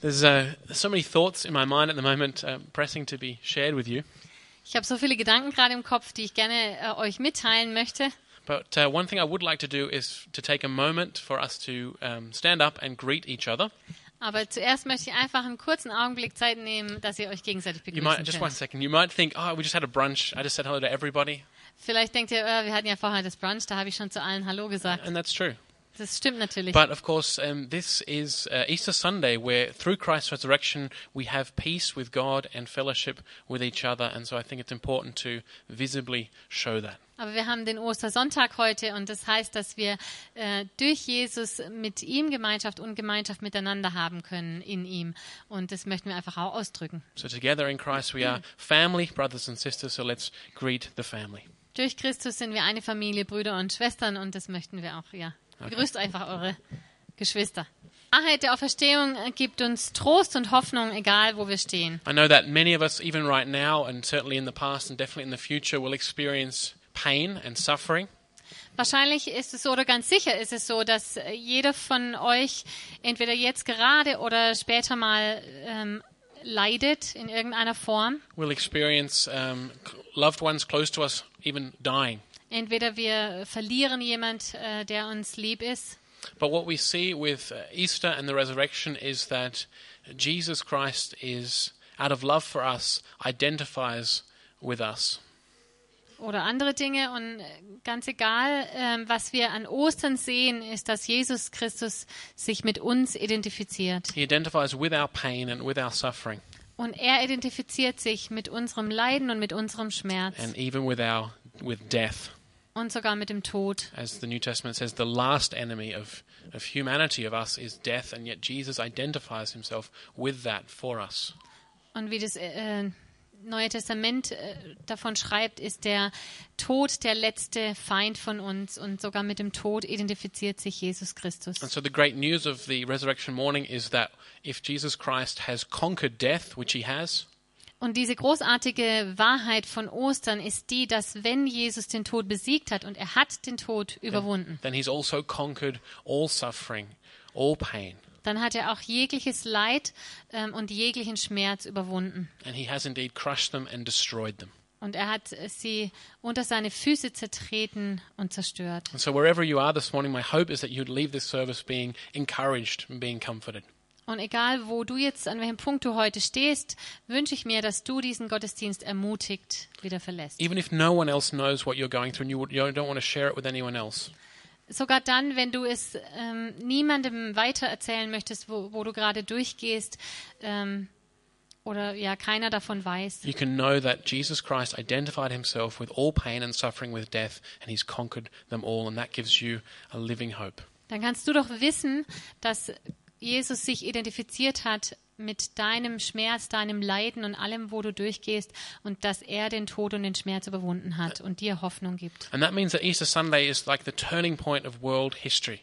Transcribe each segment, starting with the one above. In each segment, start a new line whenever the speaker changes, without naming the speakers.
There's uh, so many thoughts in my mind at the moment, uh, pressing to be shared with you.
Ich habe so viele Gedanken gerade im Kopf, die ich gerne äh, euch mitteilen möchte.
But uh, one thing I would like to do is to take a moment for us to um, stand up and greet each other.
Aber zuerst möchte ich einfach einen kurzen Augenblick Zeit nehmen, dass ihr euch gegenseitig
You might
begrüßen
just one
könnt.
second. You might think, oh, we just had a brunch. I just said hello to everybody,
Vielleicht denkt ihr, äh, wir hatten ja vorher das Brunch, da habe ich schon zu allen Hallo gesagt.
and that's true.
Das stimmt natürlich.
But of course, um, this is uh, Easter Sunday, where through Christ's resurrection we have peace with God and fellowship with each other, and so I think it's important to visibly show that.
Aber wir haben den Ostersonntag heute und das heißt, dass wir äh, durch Jesus mit ihm Gemeinschaft und Gemeinschaft miteinander haben können in ihm. Und das möchten wir einfach auch ausdrücken.
So together in Christ we are family, brothers and sisters. So let's greet the family.
Durch Christus sind wir eine Familie, Brüder und Schwestern und das möchten wir auch, ja. Grüßt einfach eure Geschwister. Die Wahrheit der Auferstehung gibt uns Trost und Hoffnung, egal wo wir stehen.
I know that many of us, even right now, and certainly in the past, and definitely in the future, will experience pain and suffering.
Wahrscheinlich ist es so oder ganz sicher ist es so, dass äh, jeder von euch entweder jetzt gerade oder später mal ähm, leidet in irgendeiner Form.
We'll experience um, c- loved ones close to us even dying.
Entweder wir verlieren jemand, äh, der uns lieb ist.
But what we see with uh, Easter and the resurrection is that Jesus Christ is, out of love for us, identifies with us.
Oder andere Dinge und äh, ganz egal, ähm, was wir an Ostern sehen, ist, dass Jesus Christus sich mit uns identifiziert.
He identifies with our pain and with our suffering,
Und er identifiziert sich mit unserem Leiden und mit unserem Schmerz
and even with our with death,
und sogar mit dem Tod.
as the New Testament says. The last enemy of of humanity of us is death, and yet Jesus identifies himself with that for us.
Und wie das äh, Neue Testament äh, davon schreibt, ist der Tod der letzte Feind von uns und sogar mit dem Tod identifiziert sich Jesus Christus.
And so the great news of the resurrection morning is that if Jesus Christ has conquered death, which he has,
Und diese großartige Wahrheit von Ostern ist die, dass wenn Jesus den Tod besiegt hat und er hat den Tod überwunden,
then he's also conquered all suffering, all pain,
dann hat er auch jegliches Leid ähm, und jeglichen Schmerz überwunden.
and he has indeed crushed them and destroyed them.
Und er hat äh, sie unter seine Füße zertreten und zerstört.
And so, wherever you are this morning, my hope is that you'd leave this service being encouraged and being comforted.
Und egal, wo du jetzt, an welchem Punkt du heute stehst, wünsche ich mir, dass du diesen Gottesdienst ermutigt wieder verlässt.
Even if no one else knows what you're going through and you would- you don't want to share it with anyone else,
Sogar dann, wenn du es ähm, niemandem weitererzählen möchtest, wo, wo du gerade durchgehst ähm, oder ja keiner davon weiß,
you can know that Jesus Christ identified himself with all pain and suffering, with death, and he's conquered them all, and that gives you a living hope.
dann kannst du doch wissen, dass Jesus sich identifiziert hat mit deinem Schmerz, deinem Leiden und allem, wo du durchgehst und dass er den Tod und den Schmerz überwunden hat und dir Hoffnung gibt.
And that means that Easter Sunday is like the turning point of world history.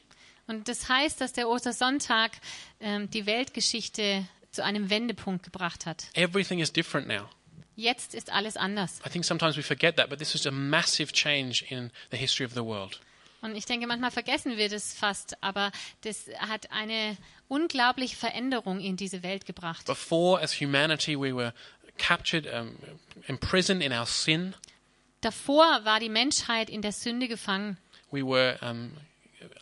Und das heißt, dass der Ostersonntag ähm, die Weltgeschichte zu einem Wendepunkt gebracht hat.
Everything is different now.
Jetzt ist alles anders.
I think sometimes we forget that, but this is a massive change in the history of the world.
Und ich denke, manchmal vergessen wir das fast, aber das hat eine unglaubliche Veränderung in diese Welt gebracht.
Before, as humanity, we were captured, um, imprisoned in our sin.
Davor war die Menschheit in der Sünde gefangen.
We were um,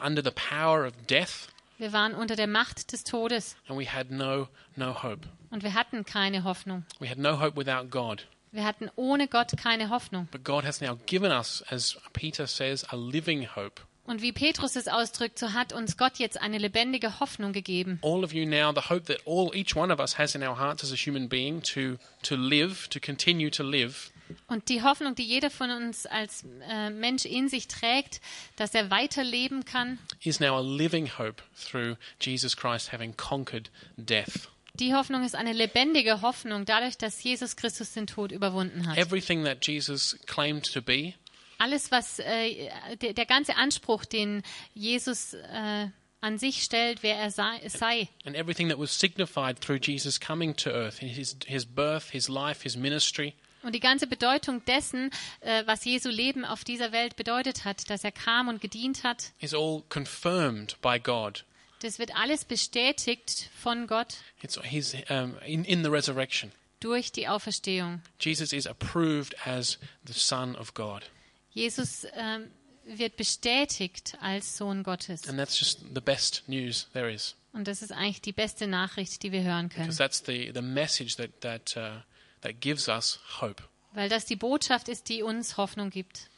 under the power of death,
Wir waren unter der Macht des Todes
and we had no no hope.
und wir hatten keine Hoffnung.
We had no hope without God.
Wir hatten ohne Gott keine Hoffnung.
But God has now given us, as Peter says, a living hope.
Und wie Petrus es ausdrückt, so hat uns Gott jetzt eine lebendige Hoffnung gegeben.
All of you now, the hope that all each one of us has in our hearts as a human being to to live, to continue to live,
Und die Hoffnung, die jeder von uns als äh, Mensch in sich trägt, dass er weiterleben kann,
is now a living hope through Jesus Christ having conquered death.
die Hoffnung ist eine lebendige Hoffnung dadurch, dass Jesus Christus den Tod überwunden hat.
Everything that Jesus claimed to be
Alles, was äh, der, der ganze Anspruch, den Jesus äh, an sich stellt, wer er sei, sei
and everything that was signified through Jesus coming to earth in his, his birth, his life, his ministry,
und die ganze Bedeutung dessen, äh, was Jesu Leben auf dieser Welt bedeutet hat, dass er kam und gedient hat,
is all confirmed by God
Das wird alles bestätigt von Gott
It's, he's um, in, in the resurrection.
durch die Auferstehung.
Jesus is approved as the Son of God.
Jesus ähm, wird bestätigt als Sohn Gottes.
And that's just the best news there is.
Und das ist eigentlich die beste Nachricht, die wir hören können.
Because that's the, the message that, that, uh, that gives us hope.
Weil das die Botschaft ist, die uns Hoffnung gibt.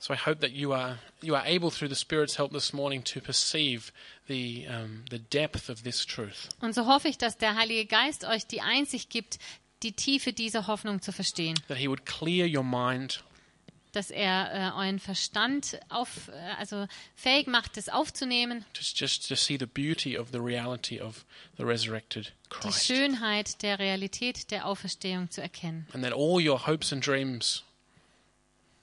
So I hope that you are, you are able, through the Spirit's help this morning, to perceive the, um, the depth of this truth.
Und so hoffe ich, dass der Heilige Geist euch die Einsicht gibt, die Tiefe dieser Hoffnung zu verstehen.
That He would clear your mind,
Dass er äh, euren Verstand auf, äh, also fähig macht, das aufzunehmen,
to, just to see the beauty of the reality of the resurrected
die
Christ.
Schönheit der Realität der Auferstehung zu erkennen.
And that all your hopes and dreams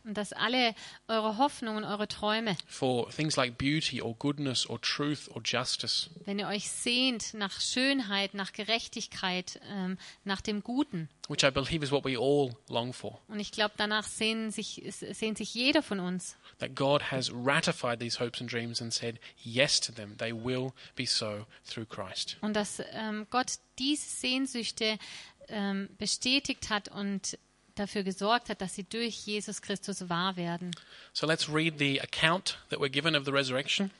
Und dass alle eure Hoffnungen, eure Träume,
for things like beauty or goodness or truth or justice
wenn ihr euch sehnt nach Schönheit, nach Gerechtigkeit, ähm, nach dem Guten,
which I believe is what we all long for.
und ich glaube, danach sehnt sich, sehnt sich jeder von uns,
That God has ratified these hopes and dreams and said yes to them. They will be so through Christ.
Und dass ähm, Gott diese Sehnsüchte ähm, bestätigt hat und dafür gesorgt hat, dass sie durch Jesus Christus wahr werden.
So let's read the account that we're given of the resurrection.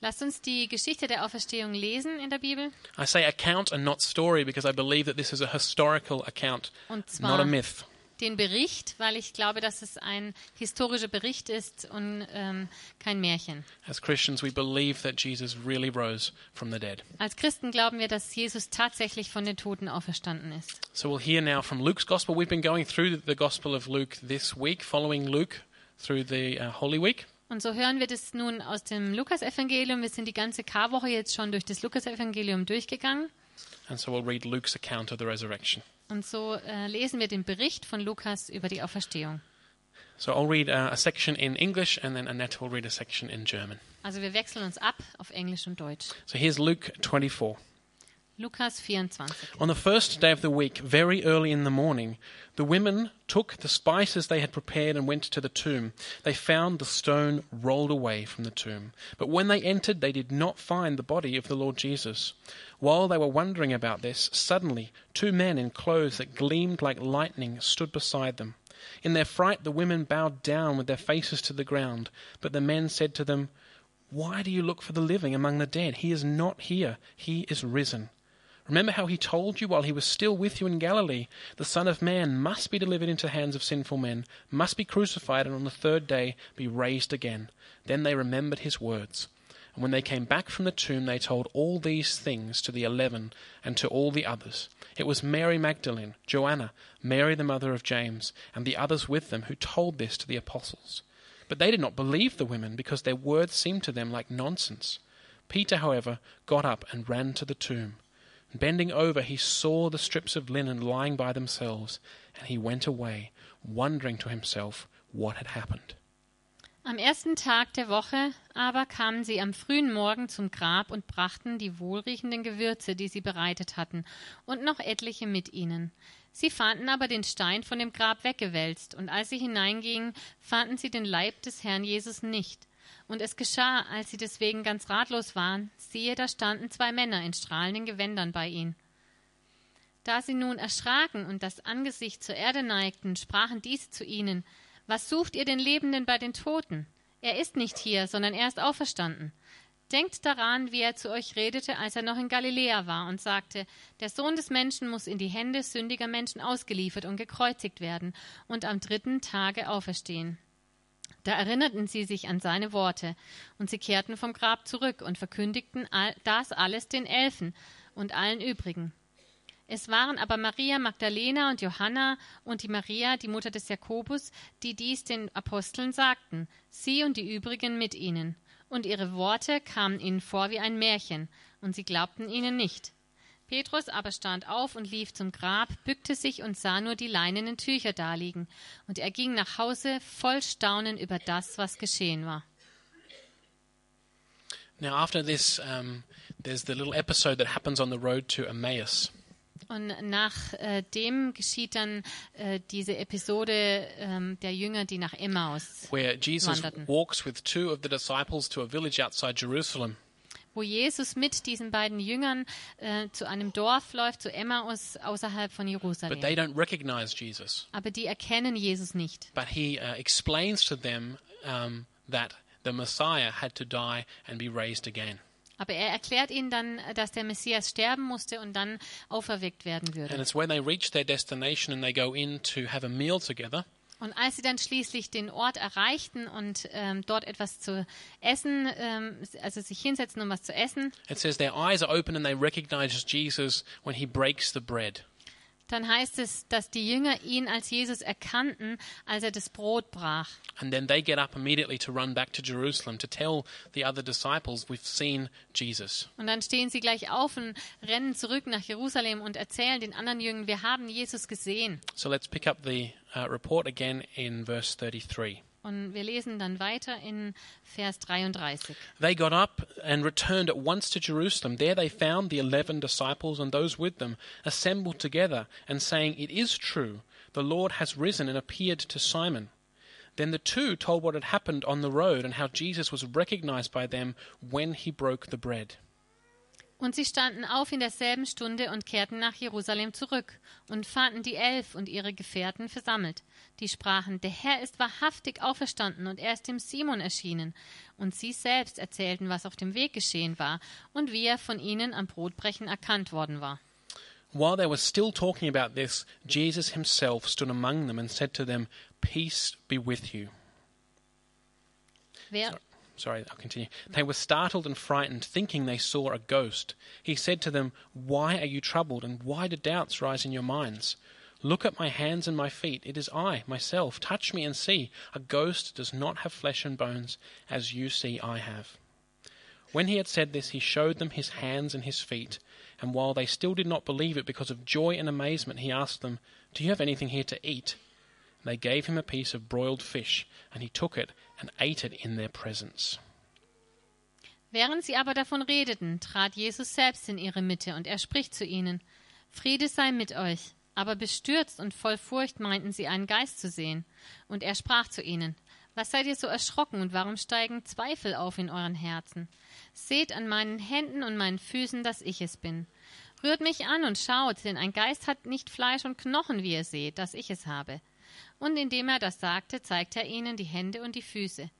Lasst uns die Geschichte der Auferstehung lesen in der Bibel.
I say account and not story because I believe that this is a historical account,
Und
not a
zwar
myth.
den Bericht, weil ich glaube, dass es ein historischer Bericht ist und ähm, kein Märchen.
As Christians, we believe that Jesus really rose from the dead.
Als Christen glauben wir, dass Jesus tatsächlich von den Toten auferstanden ist.
So we'll hear now from Luke's gospel. We've been going through the gospel of Luke this week, following Luke through the uh, Holy Week.
Und so hören wir das nun aus dem Lukasevangelium. Wir sind die ganze Karwoche jetzt schon durch das Lukasevangelium durchgegangen.
And so we'll read Luke's account of the resurrection.
Und so äh, lesen wir den Bericht von Lukas über die Auferstehung.
So I'll read uh, a section in English and then Annette will read a section in German.
Also wir wechseln uns ab auf Englisch und Deutsch.
So here's Luke 24.
Lukas 24.
On the first day of the week, very early in the morning, the women took the spices they had prepared and went to the tomb. They found the stone rolled away from the tomb. But when they entered, they did not find the body of the Lord Jesus. While they were wondering about this, suddenly two men in clothes that gleamed like lightning stood beside them. In their fright, the women bowed down with their faces to the ground. But the men said to them, Why do you look for the living among the dead? He is not here, he is risen. Remember how he told you while he was still with you in Galilee, the Son of Man must be delivered into the hands of sinful men, must be crucified, and on the third day be raised again. Then they remembered his words. And when they came back from the tomb, they told all these things to the eleven and to all the others. It was Mary Magdalene, Joanna, Mary the mother of James, and the others with them who told this to the apostles. But they did not believe the women because their words seemed to them like nonsense. Peter, however, got up and ran to the tomb. Bending over, he saw the strips of linen lying by themselves, and he went away, wondering to himself what had happened.
Am ersten Tag der Woche aber kamen sie am frühen Morgen zum Grab und brachten die wohlriechenden Gewürze, die sie bereitet hatten, und noch etliche mit ihnen. Sie fanden aber den Stein von dem Grab weggewälzt, und als sie hineingingen, fanden sie den Leib des Herrn Jesus nicht. Und es geschah, als sie deswegen ganz ratlos waren, siehe, da standen zwei Männer in strahlenden Gewändern bei ihnen. Da sie nun erschraken und das Angesicht zur Erde neigten, sprachen diese zu ihnen Was sucht ihr den Lebenden bei den Toten? Er ist nicht hier, sondern er ist auferstanden. Denkt daran, wie er zu euch redete, als er noch in Galiläa war und sagte, der Sohn des Menschen muss in die Hände sündiger Menschen ausgeliefert und gekreuzigt werden und am dritten Tage auferstehen. Da erinnerten sie sich an seine Worte, und sie kehrten vom Grab zurück und verkündigten all, das alles den Elfen und allen übrigen. Es waren aber Maria Magdalena und Johanna und die Maria, die Mutter des Jakobus, die dies den Aposteln sagten, sie und die übrigen mit ihnen. Und ihre Worte kamen ihnen vor wie ein Märchen, und sie glaubten ihnen nicht. Petrus aber stand auf und lief zum Grab, bückte sich und sah nur die leinenen Tücher daliegen, und er ging nach Hause voll Staunen über das, was geschehen war.
Now, after this, um, there's the little episode that happens on the road to Emmaus.
Und nach äh, dem geschieht dann äh, diese Episode ähm, der Jünger, die nach Emmaus
Where Jesus
Wanderten.
walks with two of the disciples to a village outside Jerusalem.
wo Jesus mit diesen beiden Jüngern äh, zu einem Dorf läuft, zu Emmaus außerhalb von
but they
Jerusalem.
don't recognize Jesus.
Aber die erkennen Jesus nicht.
But he uh, explains to them um, that the Messiah had to die and be raised again.
Aber er erklärt ihnen dann, dass der Messias sterben musste und dann auferweckt werden
And
würde.
it's when they reach their destination and they go in to have a meal together
Und als sie dann schließlich den Ort erreichten und ähm, dort etwas zu essen, ähm, also sich hinsetzen, um was zu essen,
It says their eyes are open and they recognize Jesus when he breaks the bread.
dann heißt es, dass die Jünger ihn als Jesus erkannten, als er das Brot brach.
And then they get up immediately to run back to Jerusalem to tell the other disciples, We've seen Jesus.
Und dann stehen sie gleich auf und rennen zurück nach Jerusalem und erzählen den anderen Jüngern, wir haben Jesus gesehen.
So let's pick up the uh, report again in verse 33.
Und wir lesen dann weiter in Vers 33.
They got up and returned at once to Jerusalem. There they found the eleven disciples and those with them assembled together and saying, It is true, the Lord has risen and appeared to Simon. Then the two told what had happened on the road and how Jesus was recognized by them when he broke the bread.
Und sie standen auf in derselben Stunde und kehrten nach Jerusalem zurück und fanden die Elf und ihre Gefährten versammelt. Die sprachen, der Herr ist wahrhaftig auferstanden und er ist dem Simon erschienen. Und sie selbst erzählten, was auf dem Weg geschehen war und wie er von ihnen am Brotbrechen erkannt worden war.
While they were still talking about this, Jesus himself stood among them and said to them, Peace be with you.
Wer,
Sorry, I'll continue. They were startled and frightened, thinking they saw a ghost. He said to them, Why are you troubled, and why do doubts rise in your minds? Look at my hands and my feet. It is I, myself. Touch me and see. A ghost does not have flesh and bones, as you see I have. When he had said this, he showed them his hands and his feet. And while they still did not believe it because of joy and amazement, he asked them, Do you have anything here to eat? They gave him a piece of broiled fish, and he took it and ate it in their presence.
Während sie aber davon redeten, trat Jesus selbst in ihre Mitte und er spricht zu ihnen: Friede sei mit euch. Aber bestürzt und voll Furcht meinten sie, einen Geist zu sehen. Und er sprach zu ihnen: Was seid ihr so erschrocken und warum steigen Zweifel auf in euren Herzen? Seht an meinen Händen und meinen Füßen, dass ich es bin. Rührt mich an und schaut, denn ein Geist hat nicht Fleisch und Knochen, wie ihr seht, dass ich es habe. Und indem er das sagte, zeigte er ihnen die Hände und die Füße.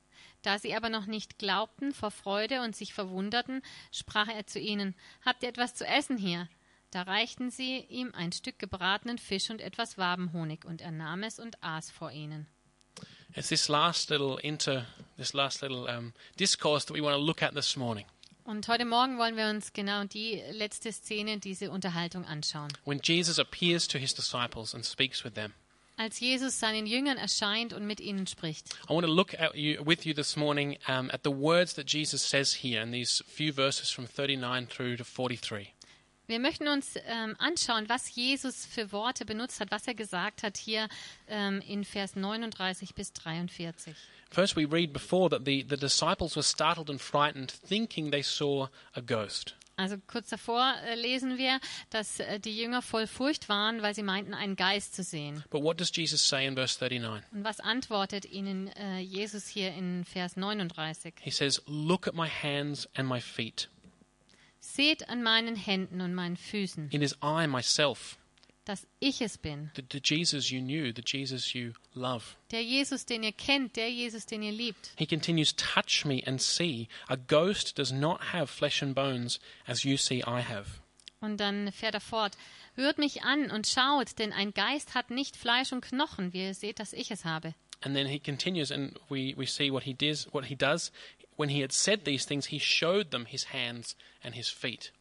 Da sie aber noch nicht glaubten vor Freude und sich verwunderten, sprach er zu ihnen Habt ihr etwas zu essen hier? Da reichten sie ihm ein Stück gebratenen Fisch und etwas Wabenhonig, und er nahm es und aß vor ihnen.
It's this last little inter, this last little um, discourse that we want to look at this morning.
Und heute Morgen wollen wir uns genau die letzte Szene, diese Unterhaltung anschauen.
When Jesus appears to his disciples and speaks with them,
Als Jesus seinen Jüngern erscheint und mit ihnen spricht.
I want to look at you with you this morning um, at the words that Jesus says here in these few verses from 39 through to 43.
Wir möchten uns ähm, anschauen, was Jesus für Worte benutzt hat, was er gesagt hat hier ähm, in Vers 39 bis 43.
First, we read before that the, the disciples were startled and frightened, thinking they saw a ghost.
Also kurz davor äh, lesen wir, dass äh, die Jünger voll Furcht waren, weil sie meinten, einen Geist zu sehen.
But what does Jesus say in verse 39?
Und was antwortet ihnen äh, Jesus hier in Vers 39?
He says, Look at my hands and my feet.
Seht an meinen Händen und meinen Füßen,
It is I myself,
dass ich es bin.
the, the Jesus you knew, the Jesus you love.
Der Jesus, den ihr kennt, der Jesus, den ihr liebt.
He continues, Touch me and see. A ghost does not have flesh and bones as you see I have.
Und dann fährt er fort. Hört mich an und schaut, denn ein Geist hat nicht Fleisch und Knochen, wie ihr seht, dass ich es habe.
And then he continues, and we, we see what he, does, what he does. When he had said these things, he showed them his hands and his feet.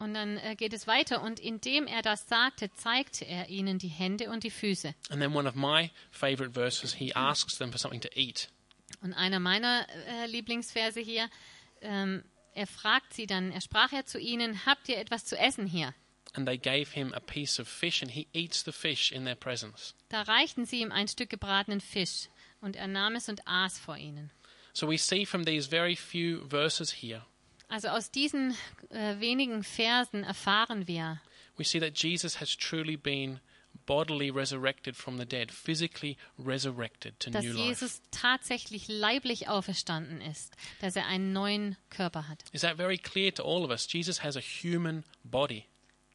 Und dann äh, geht es weiter. Und indem er das sagte, zeigte er ihnen die Hände und die Füße.
And then one of my favorite verses, he asks them for something to eat.
Und einer meiner äh, Lieblingsverse hier, ähm, er fragt sie dann, er sprach ja zu ihnen, habt ihr etwas zu essen hier?
And they gave him a piece of fish, and he eats the fish in their presence.
Da reichten sie ihm ein Stück gebratenen Fisch, und er nahm es und aß vor ihnen.
So we see from these very few verses here,
Also aus diesen äh, wenigen Versen erfahren wir,
we see that Jesus has truly been bodily resurrected from the dead, physically resurrected to
dass
new life.
Jesus tatsächlich leiblich auferstanden ist, dass er einen neuen Körper hat.
Is that very clear to all of us? Jesus has a human body.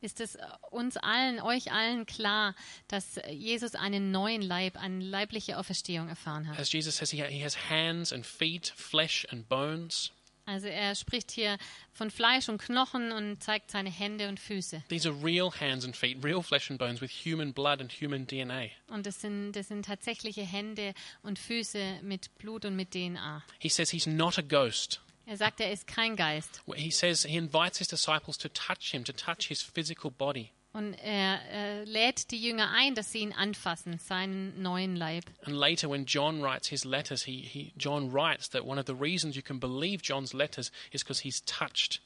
Ist es äh, uns allen, euch allen klar, dass äh, Jesus einen neuen Leib, eine leibliche Auferstehung erfahren hat?
As Jesus says, he, ha- he has hands and feet, flesh and bones.
Also er spricht hier von Fleisch und Knochen und zeigt seine Hände und Füße.
These are real hands and feet, real flesh and bones with human blood and human DNA.
Und das sind, das sind tatsächliche Hände und Füße mit Blut und mit DNA.
He says he's not a ghost.
Er sagt, er ist kein Geist.
He says he invites his disciples to touch him, to touch his physical body.
Und er äh, lädt die Jünger ein, dass sie ihn anfassen, seinen neuen Leib.
And later, when John writes his letters, he, he, John writes that one of the reasons you can believe John's letters is because he's touched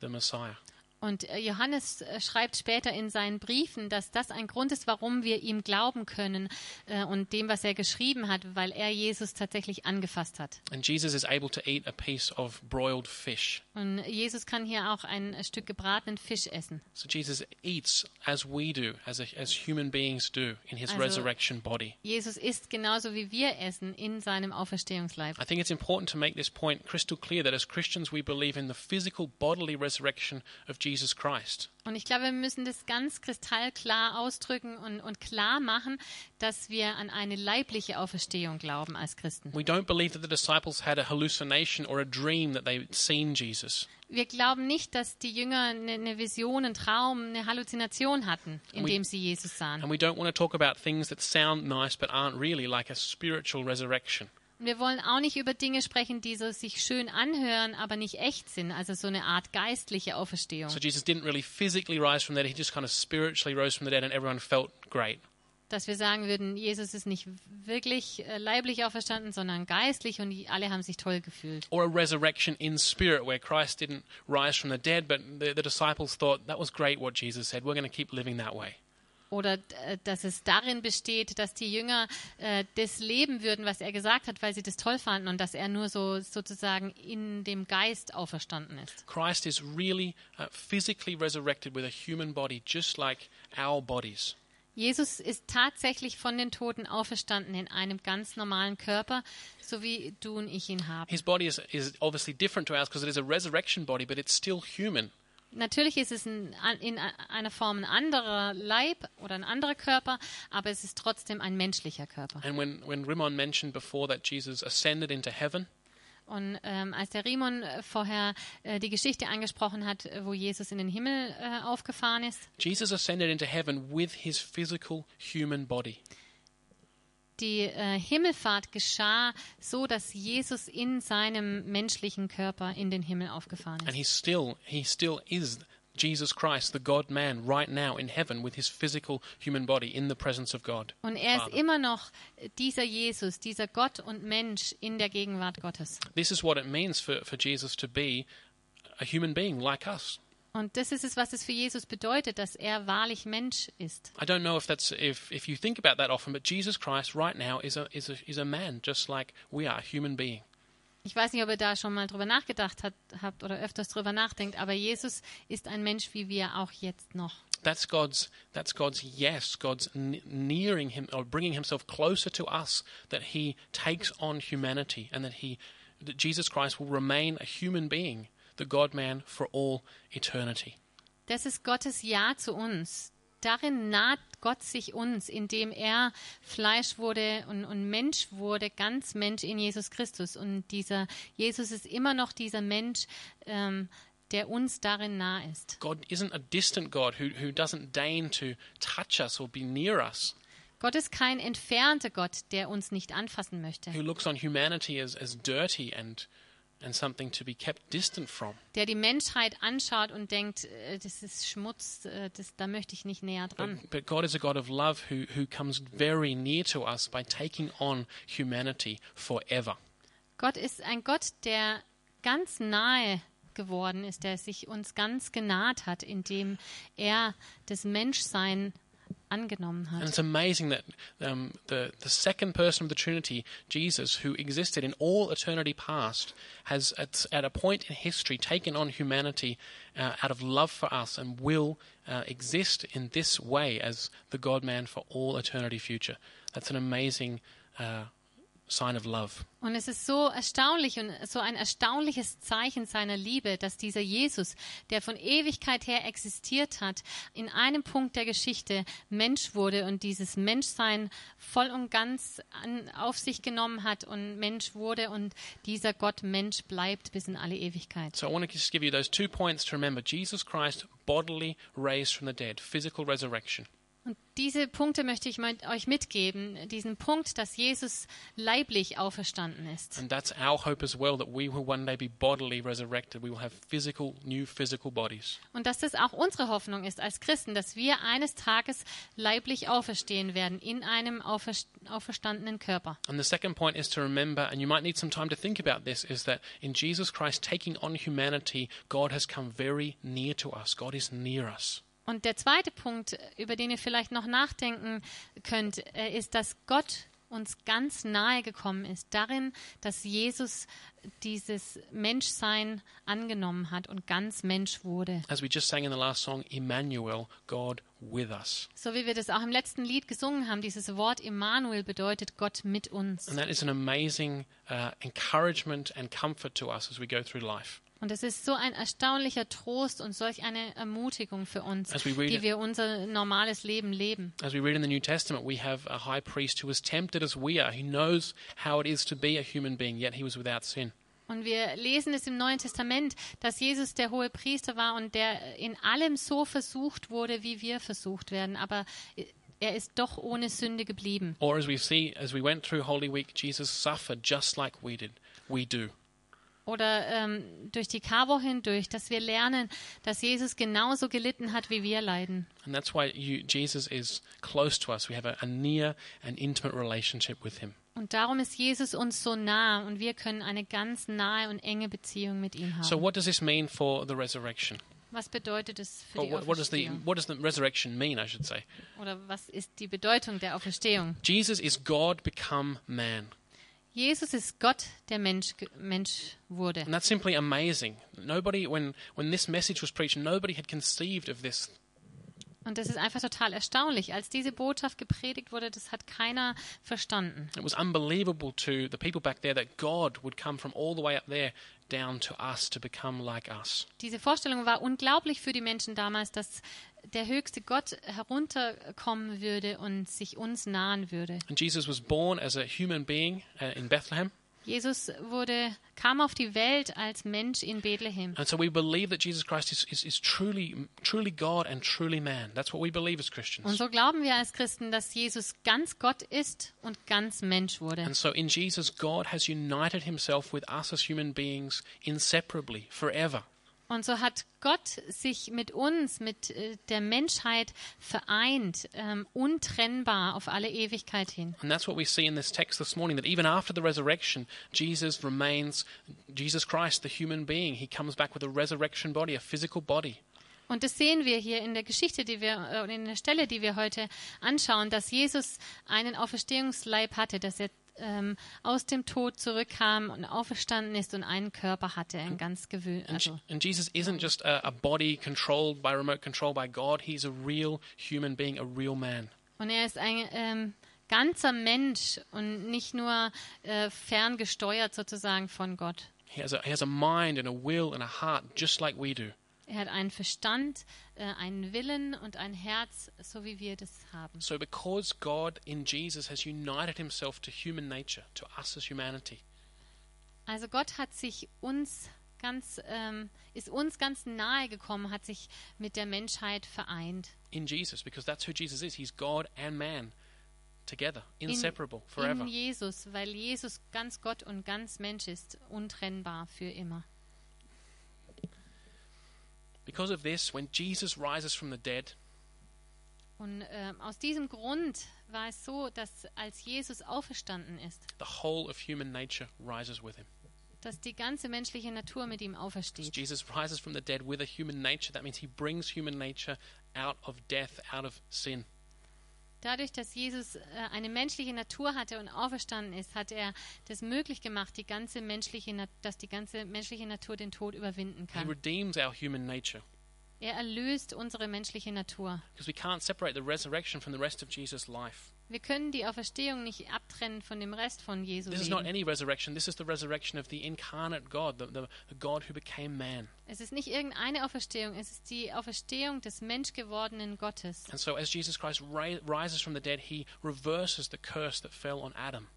the Messiah.
Und äh, Johannes äh, schreibt später in seinen Briefen, dass das ein Grund ist, warum wir ihm glauben können äh, und dem, was er geschrieben hat, weil er Jesus tatsächlich angefasst hat.
And Jesus is able to eat a piece of broiled fish.
Und Jesus kann hier auch ein Stück gebratenen Fisch essen.
So Jesus eats as we do, as, a, as human beings do, in his
Also-
resurrection body.
Jesus isst genauso wie wir essen in seinem Auferstehungsleib.
I think it's important to make this point crystal clear that as Christians, we believe in the physical bodily resurrection of Jesus Christ.
Und ich glaube, wir müssen das ganz kristallklar ausdrücken und, und klar machen, dass wir an eine leibliche Auferstehung glauben als Christen.
We don't believe that the disciples had a hallucination or a dream that they'd seen Jesus.
Wir glauben nicht, dass die Jünger eine, eine Vision, einen Traum, eine Halluzination hatten, indem sie Jesus sahen.
And we don't want to talk about things that sound nice but aren't really, like a spiritual resurrection.
Und wir wollen auch nicht über Dinge sprechen, die so sich schön anhören, aber nicht echt sind, also so eine Art geistliche Auferstehung.
So Jesus didn't really physically rise from the dead, he just kind of spiritually rose from the dead and everyone felt great.
Dass wir sagen würden, Jesus ist nicht wirklich äh, leiblich auferstanden, sondern geistlich und die, alle haben sich toll gefühlt.
Or a resurrection in spirit where Christ didn't rise from the dead, but the, the disciples thought, that was great what Jesus said, we're going to keep living that way.
Oder äh, dass es darin besteht, dass die Jünger äh, das leben würden, was er gesagt hat, weil sie das toll fanden und dass er nur so sozusagen in dem Geist auferstanden ist.
Christ is really uh, physically resurrected with a human body, just like our bodies.
Jesus ist tatsächlich von den Toten auferstanden in einem ganz normalen Körper, so wie du und ich ihn haben.
His body is, is obviously different to ours because it is a resurrection body, but it's still human.
Natürlich ist es ein, an- in a- einer Form ein anderer Leib oder ein anderer Körper, aber es ist trotzdem ein menschlicher Körper.
And when, when Rimon mentioned before that Jesus ascended into heaven,
Und ähm, als der Rimon äh, vorher äh, die Geschichte angesprochen hat, äh, wo Jesus in den Himmel äh, aufgefahren ist,
Jesus ascended into heaven with his physical human body.
die äh, Himmelfahrt geschah so, dass Jesus in seinem menschlichen Körper in den Himmel aufgefahren ist.
And he still he still is Jesus Christ, the God man, right now in heaven with his physical human body in the presence of God.
Und er ist
Vater.
immer noch dieser Jesus, dieser Gott und Mensch in der Gegenwart Gottes.
This is what it means for, for Jesus to be a human being like us.
Und das ist es, was es für Jesus bedeutet, dass er wahrlich Mensch ist.
I don't know if that's if, if you think about that often, but Jesus Christ right now is a is a is a man just like we are, a human being.
Ich weiß nicht, ob ihr da schon mal drüber nachgedacht hat, habt oder öfters drüber nachdenkt, aber Jesus ist ein Mensch, wie wir auch jetzt noch.
That's God's. That's God's. Yes, God's n- nearing Him or bringing Himself closer to us. That He takes on humanity, and that He, that Jesus Christ, will remain a human being, the God-Man, for all eternity.
Das ist Gottes Ja zu uns. Darin naht Gott sich uns, indem er Fleisch wurde und, und Mensch wurde, ganz Mensch in Jesus Christus. Und dieser Jesus ist immer noch dieser Mensch, ähm, der uns darin nah ist.
God isn't a distant God who who doesn't deign to touch us or be near us.
Gott ist kein entfernter Gott, der uns nicht anfassen möchte,
Who looks on humanity as as dirty and and something to be kept distant from.
der die Menschheit anschaut und denkt, äh, das ist Schmutz, äh, das, da möchte ich nicht näher dran.
But, but God is a God of love who who comes very near to us by taking on humanity forever.
Gott ist ein Gott, der ganz nahe geworden ist, der sich uns ganz genaht hat, indem er das Menschsein angenommen
And
hat.
it's amazing that um, the, the second person of the Trinity, Jesus, who existed in all eternity past, has at, at a point in history taken on humanity uh, out of love for us and will uh, exist in this way as the God man for all eternity future. That's an amazing uh, sign of love.
Und es ist so erstaunlich und so ein erstaunliches Zeichen seiner Liebe, dass dieser Jesus, der von Ewigkeit her existiert hat, in einem Punkt der Geschichte Mensch wurde und dieses Menschsein voll und ganz an, auf sich genommen hat und Mensch wurde und dieser Gott Mensch bleibt bis in alle Ewigkeit.
So I want to just give you those two points to remember Jesus Christ bodily raised from the dead, physical resurrection.
Und diese Punkte möchte ich mal euch mitgeben, diesen Punkt, dass Jesus leiblich auferstanden ist.
And that's our hope as well that we will one day be bodily resurrected. We will have physical, new physical bodies.
Und dass das auch unsere Hoffnung ist als Christen, dass wir eines Tages leiblich auferstehen werden in einem auferst auferstandenen Körper.
And the second point is to remember, and you might need some time to think about this, is that in Jesus Christ taking on humanity, God has come very near to us. God is near us.
Und der zweite Punkt, über den ihr vielleicht noch nachdenken könnt, äh, ist, dass Gott uns ganz nahe gekommen ist darin, dass Jesus dieses Menschsein angenommen hat und ganz Mensch wurde.
As we just sang in the last song, Emmanuel, God with us.
So wie wir das auch im letzten Lied gesungen haben, dieses Wort Immanuel bedeutet Gott mit uns.
And that is an amazing uh, encouragement and comfort to us as we go through life.
Und es ist so ein erstaunlicher Trost und solch eine Ermutigung für uns,
As we read it-
die wir unser normales Leben leben.
As we read in the New Testament, we have a high priest who was tempted as we are. He knows how it is to be a human being, yet he was without sin.
Und wir lesen es im Neuen Testament, dass Jesus der hohe Priester war und der in allem so versucht wurde, wie wir versucht werden. Aber er ist doch ohne Sünde geblieben.
Or as we see, as we went through Holy Week, Jesus suffered just like we did. We do.
Oder ähm, durch die Karwoche hindurch, dass wir lernen, dass Jesus genauso gelitten hat, wie wir leiden.
And that's why you, Jesus is close to us. We have a, a near and intimate relationship with him.
Und darum ist Jesus uns so nah und wir können eine ganz nahe und enge Beziehung mit ihm haben.
So, what does this mean for the resurrection?
Was bedeutet es für
Or
die
what, what, does the,
Auferstehung?
what does the resurrection mean, I should say?
Oder was ist die Bedeutung der Auferstehung?
Jesus is God become man.
Jesus ist Gott, der Mensch, ge- Mensch wurde.
And that's simply amazing. Nobody, when, when this message was preached, nobody had conceived of this.
Und das ist einfach total erstaunlich. Als diese Botschaft gepredigt wurde, das hat keiner verstanden.
It was unbelievable to the people back there that God would come from all the way up there down to us to become like us.
Diese Vorstellung war unglaublich für die Menschen damals, dass der höchste Gott herunterkommen würde und sich uns nahen würde.
And Jesus was born as a human being uh, in Bethlehem.
Jesus wurde, kam auf die Welt als Mensch in Bethlehem.
And so we believe that Jesus Christ is, is, is truly, truly God and truly man. That's what we believe as
Und
Christians.
so glauben wir als Christen, dass Jesus ganz Gott ist und ganz Mensch wurde.
And so in Jesus, God has united himself with us as human beings inseparably, forever.
Und so hat Gott sich mit uns, mit äh, der Menschheit vereint, ähm, untrennbar auf alle Ewigkeit hin.
And that's what we see in this text this morning that even after the resurrection, Jesus remains Jesus Christ, the human being. He comes back with a resurrection body, a physical body.
Und das sehen wir hier in der Geschichte, die wir äh, und in der Stelle, die wir heute anschauen, dass Jesus einen Auferstehungsleib hatte, dass er ähm, aus dem Tod zurückkam und auferstanden ist und einen Körper hatte, einen ganz gewöhn,
And, Je-
also
and Jesus isn't just a, a body controlled by remote control by God, he's a real human being, a real man.
Und er ist ein ähm, ganzer Mensch und nicht nur äh, ferngesteuert sozusagen von Gott.
He has, a, he has a mind and a will and a heart just like we do.
Er hat einen Verstand, äh, einen Willen und ein Herz, so wie wir das haben.
So, because God in Jesus has united himself to human nature, to us as humanity,
Also Gott hat sich uns ganz, ähm, ist uns ganz nahe gekommen, hat sich mit der Menschheit vereint.
in Jesus, because that's who Jesus is. He's God and man together,
In-
inseparable, forever.
In Jesus, weil Jesus ganz Gott und ganz Mensch ist, untrennbar für immer.
Because of this, when Jesus rises from the dead,
Und ähm, aus diesem Grund war es so, dass als Jesus auferstanden ist,
the whole of human nature rises with him.
dass die ganze menschliche Natur mit ihm
As
aufersteht.
Jesus rises from the dead with a human nature, that means he brings human nature out of death, out of sin.
Dadurch, dass Jesus äh, eine menschliche Natur hatte und auferstanden ist, hat er das möglich gemacht, die ganze menschliche, Nat- dass die ganze menschliche Natur den Tod überwinden
He
kann.
redeems our human nature
Er erlöst unsere menschliche Natur.
because we can't separate the resurrection from the rest of Jesus' life.
Wir können die Auferstehung nicht abtrennen von dem Rest von Jesu.
This is not
Leben.
any resurrection. This is the resurrection of the incarnate God, the, the, the God who became man.
Es ist nicht irgendeine Auferstehung, es ist die Auferstehung des menschgewordenen Gottes.
And so, as Jesus Christ ri- rises from the dead, he reverses the curse that fell on Adam.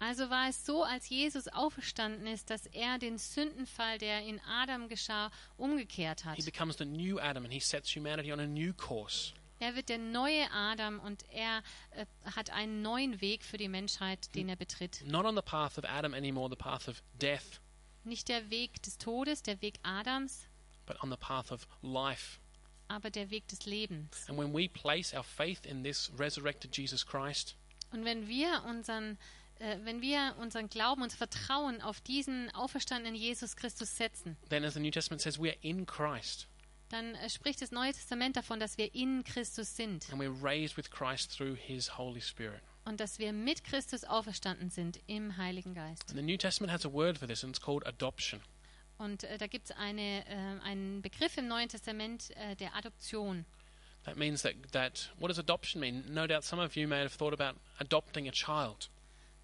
Also war es so, als Jesus auferstanden ist, dass er den Sündenfall, der in Adam geschah, umgekehrt hat.
He becomes the new Adam and he sets humanity on a new course.
Er wird der neue Adam und er äh, hat einen neuen Weg für die Menschheit, den er betritt.
Not on the path of Adam anymore, the path of death,
Nicht der Weg des Todes, der Weg Adams,
but on the path of life.
aber der Weg des Lebens.
And when we place our faith in this resurrected Jesus Christ,
Und wenn wir unseren äh, wenn wir unseren Glauben, unser Vertrauen auf diesen auferstandenen Jesus Christus setzen,
then as the New Testament says, we are in Christ
dann äh, spricht das Neue Testament davon, dass wir in Christus sind
and we're raised with Christ through his Holy Spirit.
und dass wir mit Christus auferstanden sind im Heiligen Geist.
And the New Testament has a word for this, and it's called adoption.
Und äh, da gibt es eine, äh, einen Begriff im Neuen Testament äh, der Adoption.
That means that, that what does adoption mean? No doubt some of you may have thought about adopting a child.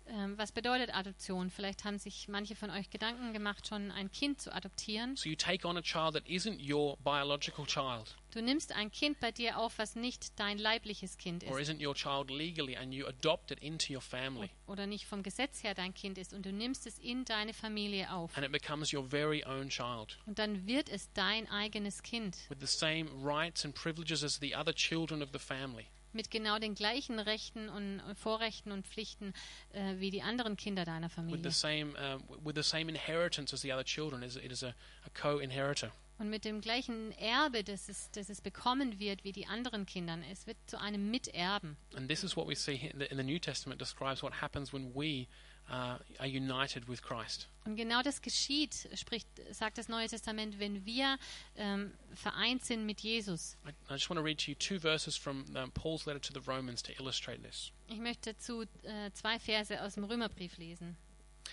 Ähm, was bedeutet Adoption? Vielleicht haben sich manche von euch Gedanken gemacht, schon ein Kind zu adoptieren.
So you take on a child that isn't your biological child
Du nimmst ein Kind bei dir auf, was nicht dein leibliches Kind
or
ist
isn't your child legally, and you adopt it into your family,
oder nicht vom Gesetz her dein Kind ist und du nimmst es in deine Familie auf.
and it becomes your very own child
Und dann wird es dein eigenes Kind
with the same rights and privileges as the other children of the family.
mit genau den gleichen Rechten und und Vorrechten und Pflichten äh, wie die anderen Kinder deiner
with the
Familie
same uh, with the same inheritance as the other children. Is it is a, a co-inheritor.
und mit dem gleichen Erbe, das es, das es bekommen wird wie die anderen Kindern. Es wird zu einem Miterben.
And this is what we see here in the- in the New Testament describes what happens when we uh, are united with Christ.
Und genau das geschieht, spricht, sagt das Neue Testament, wenn wir ähm, vereint sind mit Jesus.
I, I just want to read to you two verses from um, Paul's letter to the Romans to illustrate this.
Ich möchte dazu äh, zwei Verse aus dem Römerbrief lesen.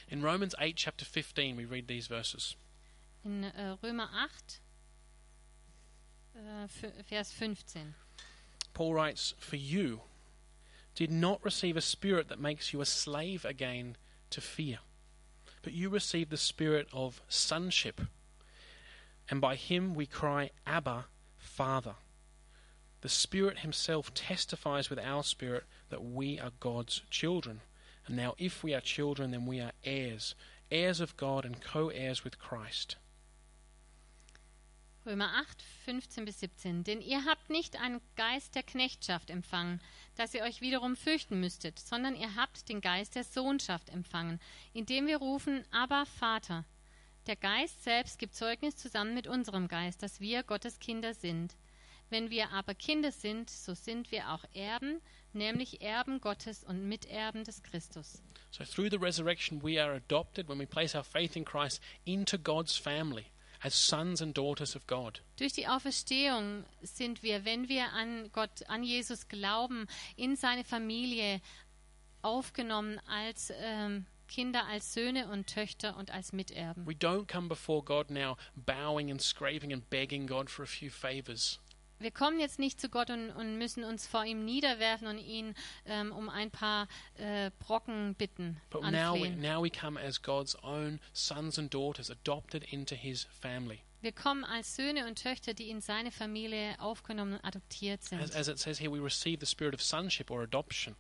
In Romans 8 chapter 15 we read these verses.
In äh, Römer 8, äh, f- Vers 15.
Paul writes, "For you did not receive a spirit that makes you a slave again to fear, but you received the spirit of sonship, and by him we cry, Abba, Father." The Spirit Himself testifies with our spirit that we are God's children. And now, if we are children, then we are heirs, heirs of God and co heirs with Christ.
Römer 8, 15 bis 17. Denn ihr habt nicht einen Geist der Knechtschaft empfangen, dass ihr euch wiederum fürchten müsstet, sondern ihr habt den Geist der Sohnschaft empfangen, indem wir rufen, aber Vater. Der Geist selbst gibt Zeugnis zusammen mit unserem Geist, dass wir Gottes Kinder sind. Wenn wir aber Kinder sind, so sind wir auch Erben, nämlich Erben Gottes und Miterben des Christus.
So, through the resurrection, we are adopted when we place our faith in Christ into God's family as sons and daughters of God.
Durch die Auferstehung sind wir, wenn wir an Gott, an Jesus glauben, in seine Familie aufgenommen als ähm, Kinder, als Söhne und Töchter und als Miterben.
We don't come before God now bowing and scraping and begging God for a few favors.
Wir kommen jetzt nicht zu Gott und, und müssen uns vor ihm niederwerfen und ihn ähm, um ein paar äh, Brocken bitten,
But now we,
anflehen.
now we come as God's own sons and daughters, adopted into his family.
Wir kommen als Söhne und Töchter, die in seine Familie aufgenommen und adoptiert
As,
sind.
as it says here, we receive the spirit of sonship or adoption.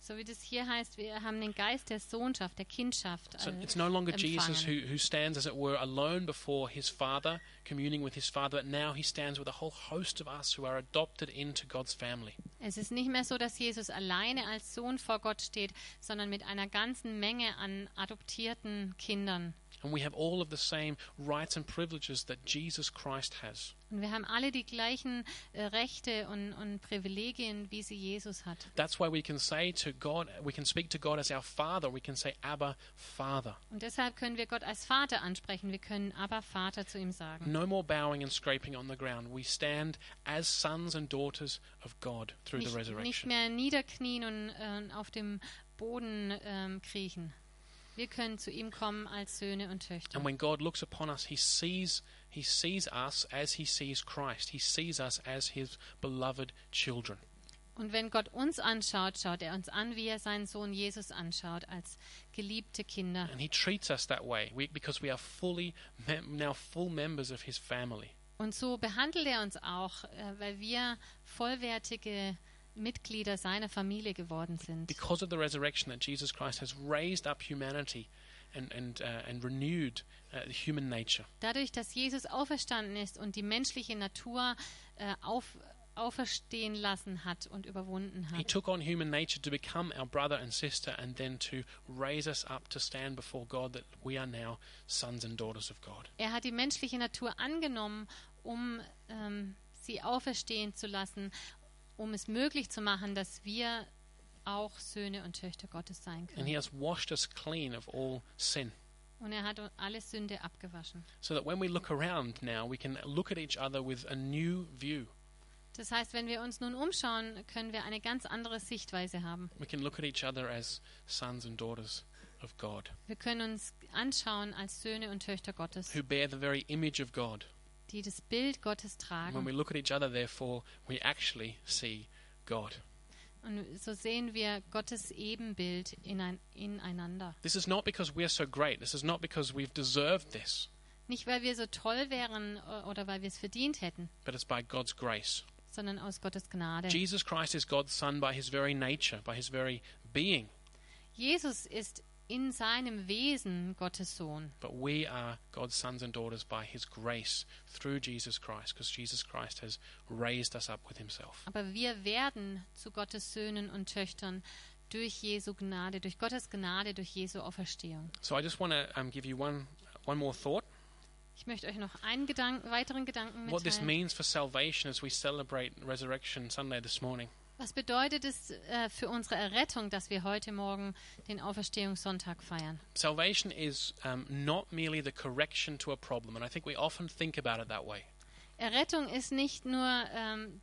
So wie das hier heißt, wir haben den Geist der Sohnschaft, der Kindschaft.
So
äh,
it's no longer Jesus
empfangen.
who, who stands, as it were, alone before his Father, communing with his Father, but now he stands with a whole host of us who are adopted into God's family.
Es ist nicht mehr so, dass Jesus alleine als Sohn vor Gott steht, sondern mit einer ganzen Menge an adoptierten Kindern.
And we have all of the same rights and privileges that Jesus Christ has.
Und wir haben alle die gleichen äh, Rechte und, und Privilegien, wie sie Jesus hat.
That's why we can say to God, we can speak to God as our Father. We can say, Abba, Father.
Und deshalb können wir Gott als Vater ansprechen. Wir können aber Vater zu ihm sagen.
No more bowing and scraping on the ground. We stand as sons and daughters of God through the
Nicht, nicht
resurrection.
mehr niederknien und ähm, auf dem Boden ähm, kriechen. Wir können zu ihm kommen als Söhne und Töchter.
And when God looks upon us, he sees he sees us as he sees Christ. He sees us as his beloved children.
Und wenn Gott uns anschaut, schaut er uns an, wie er seinen Sohn Jesus anschaut, als geliebte Kinder.
And he treats us that way we, because we are fully mem- now full members of his family.
Und so behandelt er uns auch, äh, weil wir vollwertige Mitglieder seiner Familie geworden sind.
Because of the resurrection that Jesus Christ has raised up humanity and and uh, and renewed uh, the human nature.
Dadurch, dass Jesus auferstanden ist und die menschliche Natur äh, auf, auferstehen lassen hat und überwunden
He
hat.
took on human nature to become our brother and sister and then to raise us up to stand before God that we are now sons and daughters of God.
Er hat die menschliche Natur angenommen, um ähm, sie auferstehen zu lassen, um es möglich zu machen, dass wir auch Söhne und Töchter Gottes sein
And
können.
he has washed us clean of all sin.
Und er hat alle Sünde abgewaschen.
So that when we look around now, we can look at each other with a new view.
Das heißt, wenn wir uns nun umschauen, können wir eine ganz andere Sichtweise haben.
We can look at each other as sons and daughters of God
Wir können uns anschauen als Söhne und Töchter Gottes,
who bear the very image of God.
die das Bild Gottes
And when
tragen.
we look at each other, therefore, we actually see God.
Und so sehen wir Gottes Ebenbild inein- ineinander.
This is not because we're so great. This is not because we've deserved this,
Nicht, weil wir so toll wären äh, oder weil wir es verdient hätten,
but it's by God's grace.
sondern aus Gottes Gnade.
Jesus Christ is God's Son by his very nature, by his very being,
Jesus ist in seinem Wesen Gottes Sohn.
but we are God's sons and daughters by his grace through Jesus Christ, because Jesus Christ has raised us up with himself.
Aber wir werden zu Gottes Söhnen und Töchtern durch Jesu Gnade, durch Gottes Gnade, durch Jesu Auferstehung.
So I just want to um, give you one, one more thought.
Ich möchte euch noch einen Gedanken, weiteren Gedanken
What this
mitteilen.
means for salvation as we celebrate Resurrection Sunday this morning.
Was bedeutet es äh, für unsere Errettung, dass wir heute Morgen den Auferstehungssonntag feiern?
Salvation is um, not merely the correction to a problem, and I think we often think about it that way.
Errettung ist nicht nur ähm,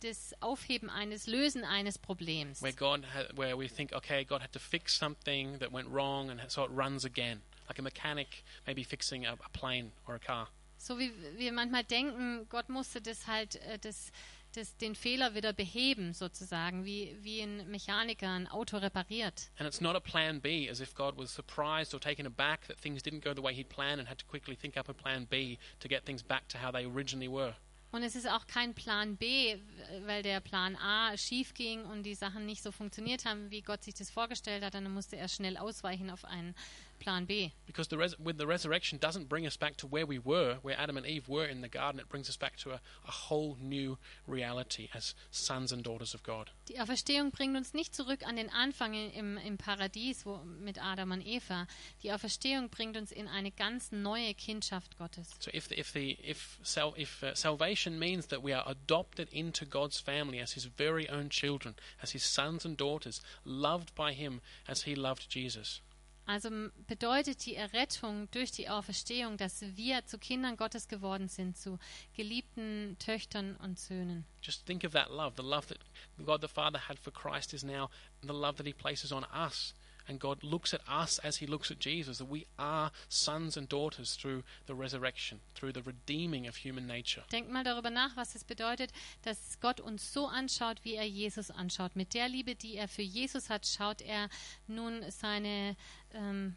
d- das Aufheben eines, Lösen eines Problems,
where God, ha- where we think, okay, God had to fix something that went wrong, and so it runs again, like a mechanic maybe fixing a, a plane or a car.
so wie wir manchmal denken, Gott musste das halt, äh, das, das, den Fehler wieder beheben sozusagen, wie, wie ein Mechaniker ein Auto repariert.
And it's not a plan B, as if God was surprised or taken aback that things didn't go the way He'd planned, and had to quickly think up a plan B to get things back to how they originally were.
Und es ist auch kein Plan B, w- weil der Plan A schief ging und die Sachen nicht so funktioniert haben, wie Gott sich das vorgestellt hat. Und dann musste er schnell ausweichen auf einen Plan B.
Because the res- with the resurrection doesn't bring us back to where we were, where Adam and Eve were in the garden. It brings us back to a, a whole new reality as sons and daughters of God.
Die Auferstehung bringt uns nicht zurück an den Anfang im, im Paradies wo, mit Adam und Eva. Die Auferstehung bringt uns in eine ganz neue Kindschaft Gottes.
So if the, if the if sal- if uh, salvation means that we are adopted into God's family as His very own children, as His sons and daughters, loved by Him as He loved Jesus,
Also m- bedeutet die Errettung durch die Auferstehung, dass wir zu Kindern Gottes geworden sind, zu geliebten Töchtern und Söhnen.
just think of that love. The love that God the Father had for Christ is now the love that He places on us. And God looks at us as He looks at Jesus, that we are sons and daughters through the resurrection, through the redeeming of human nature.
Denkt mal darüber nach, was es bedeutet, dass Gott uns so anschaut, wie er Jesus anschaut. Mit der Liebe, die er für Jesus hat, schaut er nun seine ähm,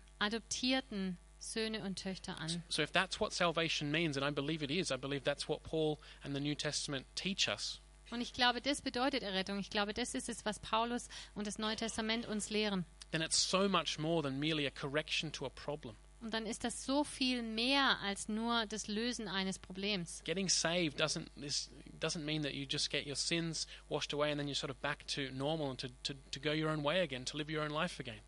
adoptierten Söhne und Töchter an.
So if that's what salvation means, and I believe it is, I believe that's what Paul and the New Testament teach us.
Und ich glaube, das bedeutet Errettung. Ich glaube, das ist es, was Paulus und das Neue Testament uns lehren.
then it's so much more than merely a correction to a problem.
Und dann ist das so viel mehr als nur das Lösen eines Problems.
Getting saved doesn't this doesn't mean that you just get your sins washed away and then you're sort of back to normal and to, to, to go your own way again, to live your own life again.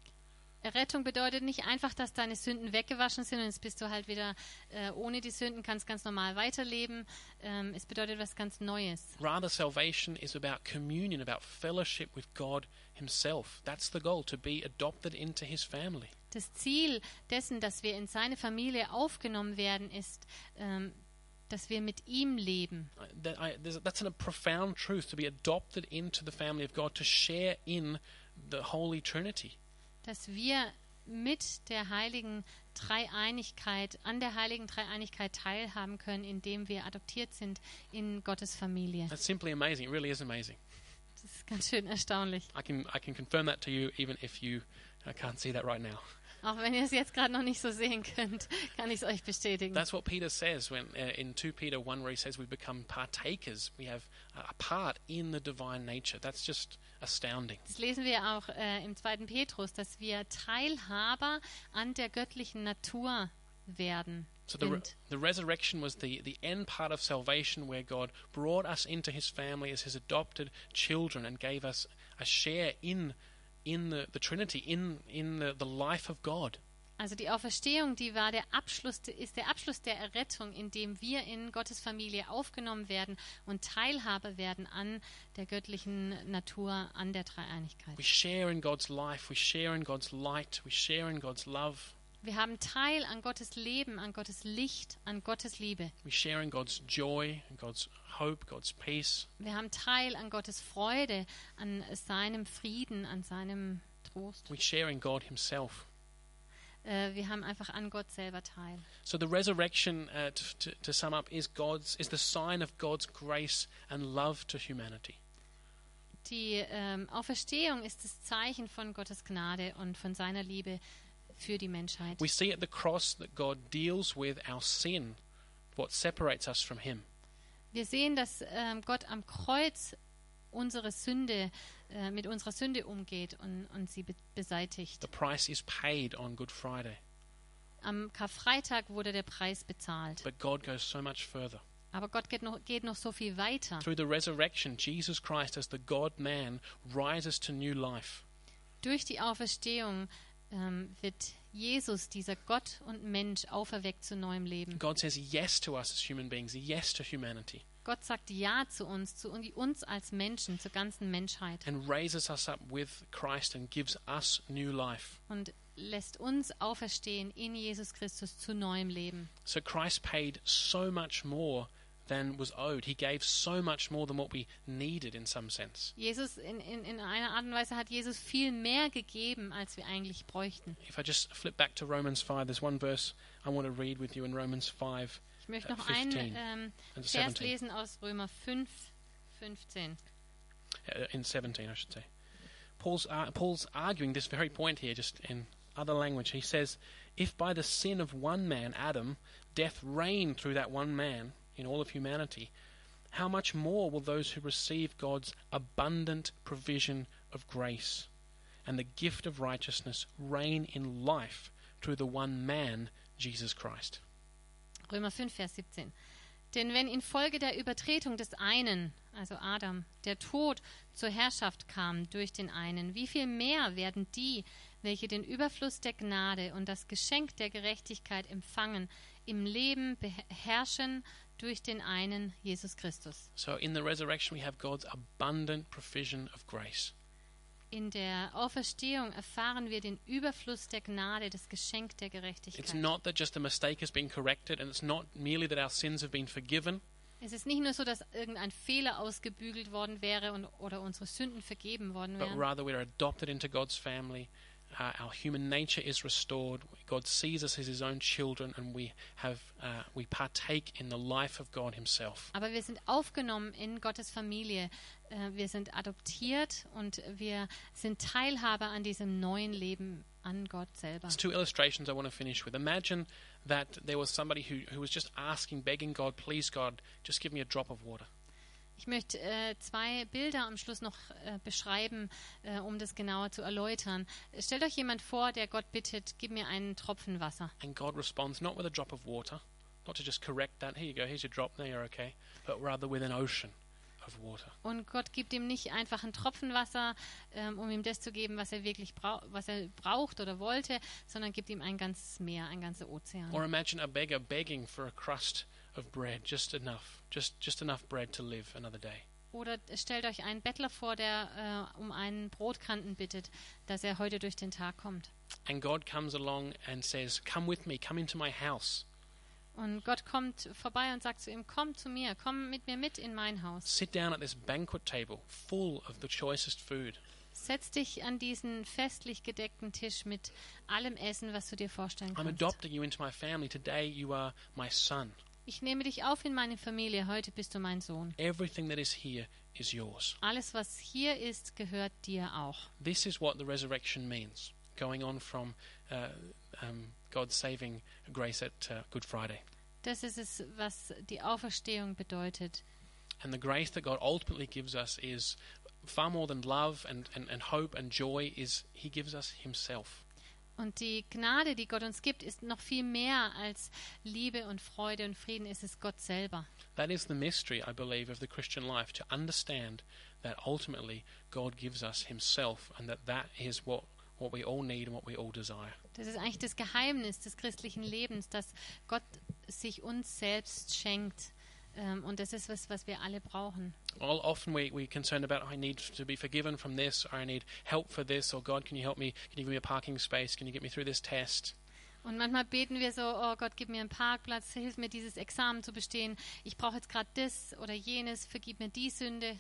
Rettung bedeutet nicht einfach, dass deine Sünden weggewaschen sind und jetzt bist du halt wieder äh, ohne die Sünden, kannst ganz normal weiterleben. Ähm, es bedeutet was ganz Neues.
Rather, salvation is about communion, about fellowship with God Himself. That's the goal, to be adopted into His family.
Das Ziel dessen, dass wir in seine Familie aufgenommen werden, ist, ähm, dass wir mit ihm leben.
I- Uh, That, I, there's- that's a profound truth, to be adopted into the family of God, to share in the Holy Trinity.
dass wir mit der heiligen Dreieinigkeit, an der heiligen Dreieinigkeit teilhaben können, indem wir adoptiert sind in Gottes Familie.
That's simply amazing. It really is amazing.
Das ist ganz schön erstaunlich.
I can, I can confirm that to you, even if you uh, can't see that right now.
Auch wenn ihr es jetzt gerade noch nicht so sehen könnt, kann ich es euch bestätigen.
That's what Peter says when uh, in 2 Peter 1 where he says we become partakers, we have uh, a part in the divine nature. That's just astounding.
Das lesen wir auch äh, im zweiten Petrus, dass wir Teilhaber an der göttlichen Natur werden.
So the, re-
sind.
the resurrection was the, the end part of salvation where God brought us into his family as his adopted children and gave us a share in in the, the Trinity, in in the, the life of God.
Also die Auferstehung, die war der Abschluss, ist der Abschluss der Errettung, indem wir in Gottes Familie aufgenommen werden und Teilhaber werden an der göttlichen Natur, an der Dreieinigkeit.
We share in God's life, we share in God's light, we share in God's love,
Wir haben Teil an Gottes Leben, an Gottes Licht, an Gottes Liebe.
we share in God's joy, and God's hope, God's peace.
Wir haben Teil an Gottes Freude, an seinem Frieden, an seinem Trost.
We share in God himself.
Äh, wir haben einfach an Gott selber teil.
So the resurrection, uh, to, to, to sum up, is God's is the sign of God's grace and love to humanity.
Die ähm, Auferstehung ist das Zeichen von Gottes Gnade und von seiner Liebe für die Menschheit.
We see at the cross that God deals with our sin, what separates us from Him.
Wir sehen, dass ähm, Gott am Kreuz unsere Sünde äh, mit unserer Sünde umgeht und, und sie be beseitigt.
The price is paid on Good Friday,
Am Karfreitag wurde der Preis bezahlt.
but God goes so much further.
Aber Gott geht noch, geht noch so viel weiter.
Through the resurrection, Jesus Christ, as the God-Man, rises to new life.
Durch die Auferstehung ähm, wird Jesus, dieser Gott und Mensch, auferweckt zu neuem Leben.
God says yes to us as human beings, yes to humanity,
Gott sagt Ja zu uns, zu uns als Menschen, zur ganzen Menschheit.
and raises us up with Christ and gives us new life.
und lässt uns auferstehen in Jesus Christus zu neuem Leben.
So Christ paid so much more than was owed. He gave so much more than what we needed in some sense.
Jesus, in, in, in einer Art und Weise hat Jesus viel mehr gegeben, als wir eigentlich bräuchten.
If I just flip back to Romans 5, there's one verse I want to read with you in Romans 5.
Ich möchte
Äh,
noch einen
15
ähm,
and
Vers
17.
lesen aus Römer 5, 15.
uh, in 17, I should say. Paul's, ar Paul's arguing this very point here, just in other language. He says, If by the sin of one man, Adam, death reigned through that one man in all of humanity, how much more will those who receive God's abundant provision of grace and the gift of righteousness reign in life through the one man, Jesus Christ?
Römer 5, Vers 17. Denn wenn infolge der Übertretung des einen, also Adam, der Tod zur Herrschaft kam durch den einen, wie viel mehr werden die, welche den Überfluss der Gnade und das Geschenk der Gerechtigkeit empfangen, im Leben beherrschen durch den einen Jesus Christus.
So in the resurrection, we have God's abundant provision of grace.
In der Auferstehung erfahren wir den Überfluss der Gnade, das Geschenk der
It's
Gerechtigkeit.
not that just a mistake has been corrected, and it's not merely that our sins have been forgiven,
Es ist nicht nur so, dass irgendein Fehler ausgebügelt worden wäre und, oder unsere Sünden vergeben worden
but
wären.
rather we are adopted into God's family. Uh, our human nature is restored. God sees us as His own children, and we have uh, we partake in the life of God Himself.
Aber wir sind aufgenommen in Gottes Familie. Äh, Wir sind adoptiert und wir sind Teilhaber an diesem neuen Leben an Gott selber.
There's two illustrations I want to finish with. Imagine that there was somebody who, who was just asking, begging God, please God, just give me a drop of water.
Ich möchte äh, zwei Bilder am Schluss noch äh, beschreiben, äh, um das genauer zu erläutern. Stellt euch jemand vor, der Gott bittet, gib mir einen Tropfen Wasser.
And God responds not with a drop of water, not to just correct that, here you go, here's your drop, now you're okay, but rather with an ocean of of water.
Und Gott gibt ihm nicht einfach einen Tropfen Wasser, ähm, um ihm das zu geben, was er wirklich brau was er braucht oder wollte, sondern gibt ihm ein ganzes Meer, ein ganzer Ozean.
Or imagine a beggar begging for a crust of bread, just enough, just just enough bread to live another day.
Oder stellt euch einen Bettler vor, der äh, um einen Brotkanten bittet, dass er heute durch den Tag kommt.
And God comes along and says, "Come with me, come into my house,
Und Gott kommt vorbei und sagt zu ihm, komm zu mir, komm mit mir mit in mein Haus.
sit down at this banquet table full of the choicest food."
Setz dich an diesen festlich gedeckten Tisch mit allem Essen, was du dir vorstellen
I'm
kannst.
adopting you into my family. Today you are my son.
Ich nehme dich auf in meine Familie, heute bist du mein Sohn.
Everything that is here is yours.
Alles, was hier ist, gehört dir auch.
This is what the resurrection means, going on from uh, um, God's saving grace at uh, Good Friday.
Das ist es, was die Auferstehung bedeutet.
And the grace that God ultimately gives us is far more than love and, and, and hope and joy is he gives us himself.
Und die Gnade, die Gott uns gibt, ist noch viel mehr als Liebe und Freude und Frieden, es ist Gott selber.
That is the mystery, I believe, of the Christian life, to understand that ultimately God gives us himself and that that is what, what we all need and what we all desire.
Das ist eigentlich das Geheimnis des christlichen Lebens, dass Gott sich uns selbst schenkt. Ähm, Und das ist was, was wir alle brauchen.
All often we, we're concerned about, I need to be forgiven from this, or I need help for this, or God, can you help me? Can you give me a parking space? Can you get me through this test?
Und manchmal beten wir so, oh Gott, gib mir einen Parkplatz, hilf mir dieses Examen zu bestehen. Ich brauche jetzt gerade das oder jenes, vergib mir die Sünde.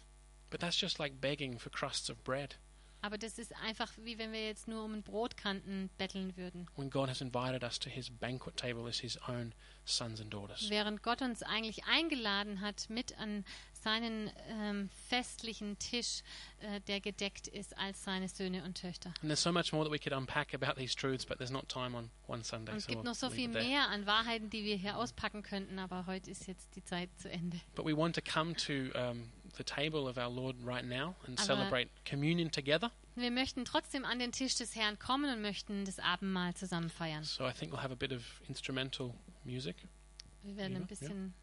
But that's just like begging for crusts of bread
Aber das ist einfach wie wenn wir jetzt nur um einen Brotkanten betteln würden.
when God has invited us to his banquet table as his own sons and daughters.
Während Gott uns eigentlich eingeladen hat mit an seinen ähm, festlichen Tisch, äh, der gedeckt ist als seine Söhne und Töchter.
And there's so much more that we could unpack about these truths, but there's not time on one Sunday.
Und es
so
gibt
we'll
noch so
leave
viel
it there.
mehr an Wahrheiten, die wir hier auspacken könnten, aber heute ist jetzt die Zeit zu Ende.
But we want to come to um, the table of our Lord right now and
Aber-
celebrate communion together.
Wir möchten trotzdem an den Tisch des Herrn kommen und möchten das Abendmahl zusammen feiern.
So I think we'll have a bit of instrumental music.
Wir werden
Ja,
ein bisschen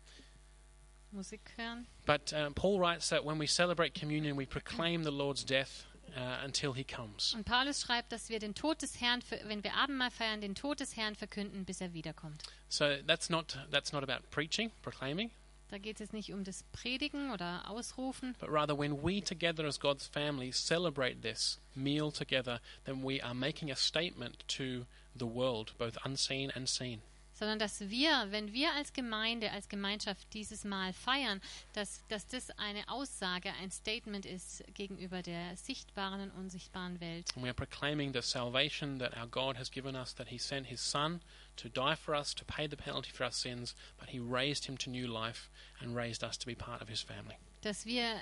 Musik hören.
But uh, Paul writes that when we celebrate communion, we proclaim the Lord's death uh, until he comes.
Und Paulus schreibt, dass wir den Tod des Herrn, ver- wenn wir Abendmahl feiern, den Tod des Herrn verkünden, bis er wiederkommt.
So that's not that's not about preaching, proclaiming,
Da geht es jetzt nicht um das Predigen oder Ausrufen,
but rather when we together as God's family celebrate this meal together, then we are making a statement to the world, both unseen and seen.
sondern dass wir, wenn wir als Gemeinde, als Gemeinschaft dieses Mal feiern, dass, dass das eine Aussage, ein Statement ist gegenüber der sichtbaren und unsichtbaren Welt.
And we are proclaiming the salvation that our God has given us, that He sent His Son to die for us, to pay the penalty for our sins, but He raised Him to new life and raised us to be part of His family.
Dass wir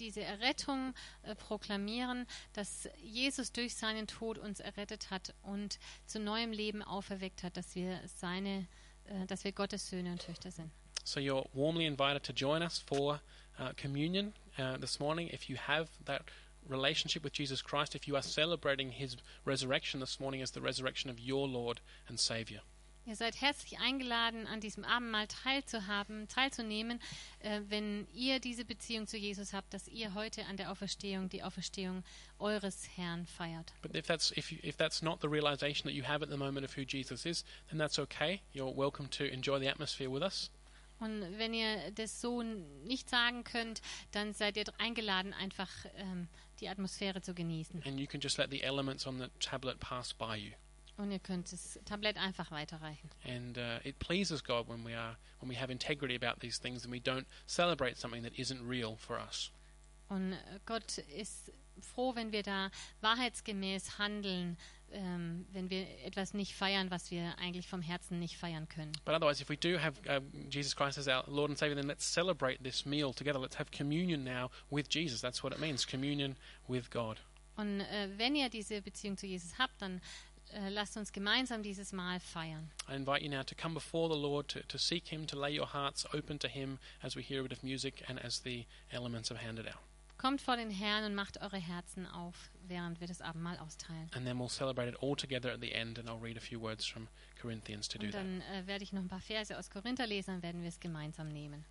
diese Errettung äh, proklamieren, dass Jesus durch seinen Tod uns errettet hat und zu neuem Leben auferweckt hat, dass wir seine, äh, dass wir Gottes Söhne und Töchter sind.
So you're warmly invited to join us for uh, communion uh, this morning. If you have that relationship with Jesus Christ, if you are celebrating His resurrection this morning as the resurrection of your Lord and Savior.
Ihr seid herzlich eingeladen, an diesem Abendmahl teilzuhaben, teilzunehmen, äh, wenn ihr diese Beziehung zu Jesus habt, dass ihr heute an der Auferstehung die Auferstehung eures Herrn feiert.
But if that's if you, if that's not the realization that you have at the moment of who Jesus is, then that's okay. You're welcome to enjoy the atmosphere with us.
Und wenn ihr das so n- nicht sagen könnt, dann seid ihr eingeladen, einfach ähm, die Atmosphäre zu genießen.
and you can just let the elements on the tablet pass by you.
Und ihr könnt das Tablett einfach weiterreichen.
And uh, it pleases God when we are when we have integrity about these things and we don't celebrate something that isn't real for us.
Und äh, Gott ist froh, wenn wir da wahrheitsgemäß handeln, ähm, wenn wir etwas nicht feiern, was wir eigentlich vom Herzen nicht feiern können.
But otherwise, if we do have uh, Jesus Christ as our Lord and Savior, then let's celebrate this meal together. Let's have communion now with Jesus. That's what it means communion with God.
Und äh, wenn ihr diese Beziehung zu Jesus habt, dann äh, lasst uns gemeinsam dieses Mal feiern.
I invite you now to come before the Lord, to, to seek Him, to lay your hearts open to Him as we hear a bit of music and as the elements are handed out.
Kommt vor den Herrn und macht eure Herzen auf, während wir das Abendmahl austeilen.
And then we'll celebrate it all together at the end, and I'll read a few words from Corinthians to do
Und
that.
dann äh, werde ich noch ein paar Verse aus Korinther lesen, dann werden wir es gemeinsam nehmen.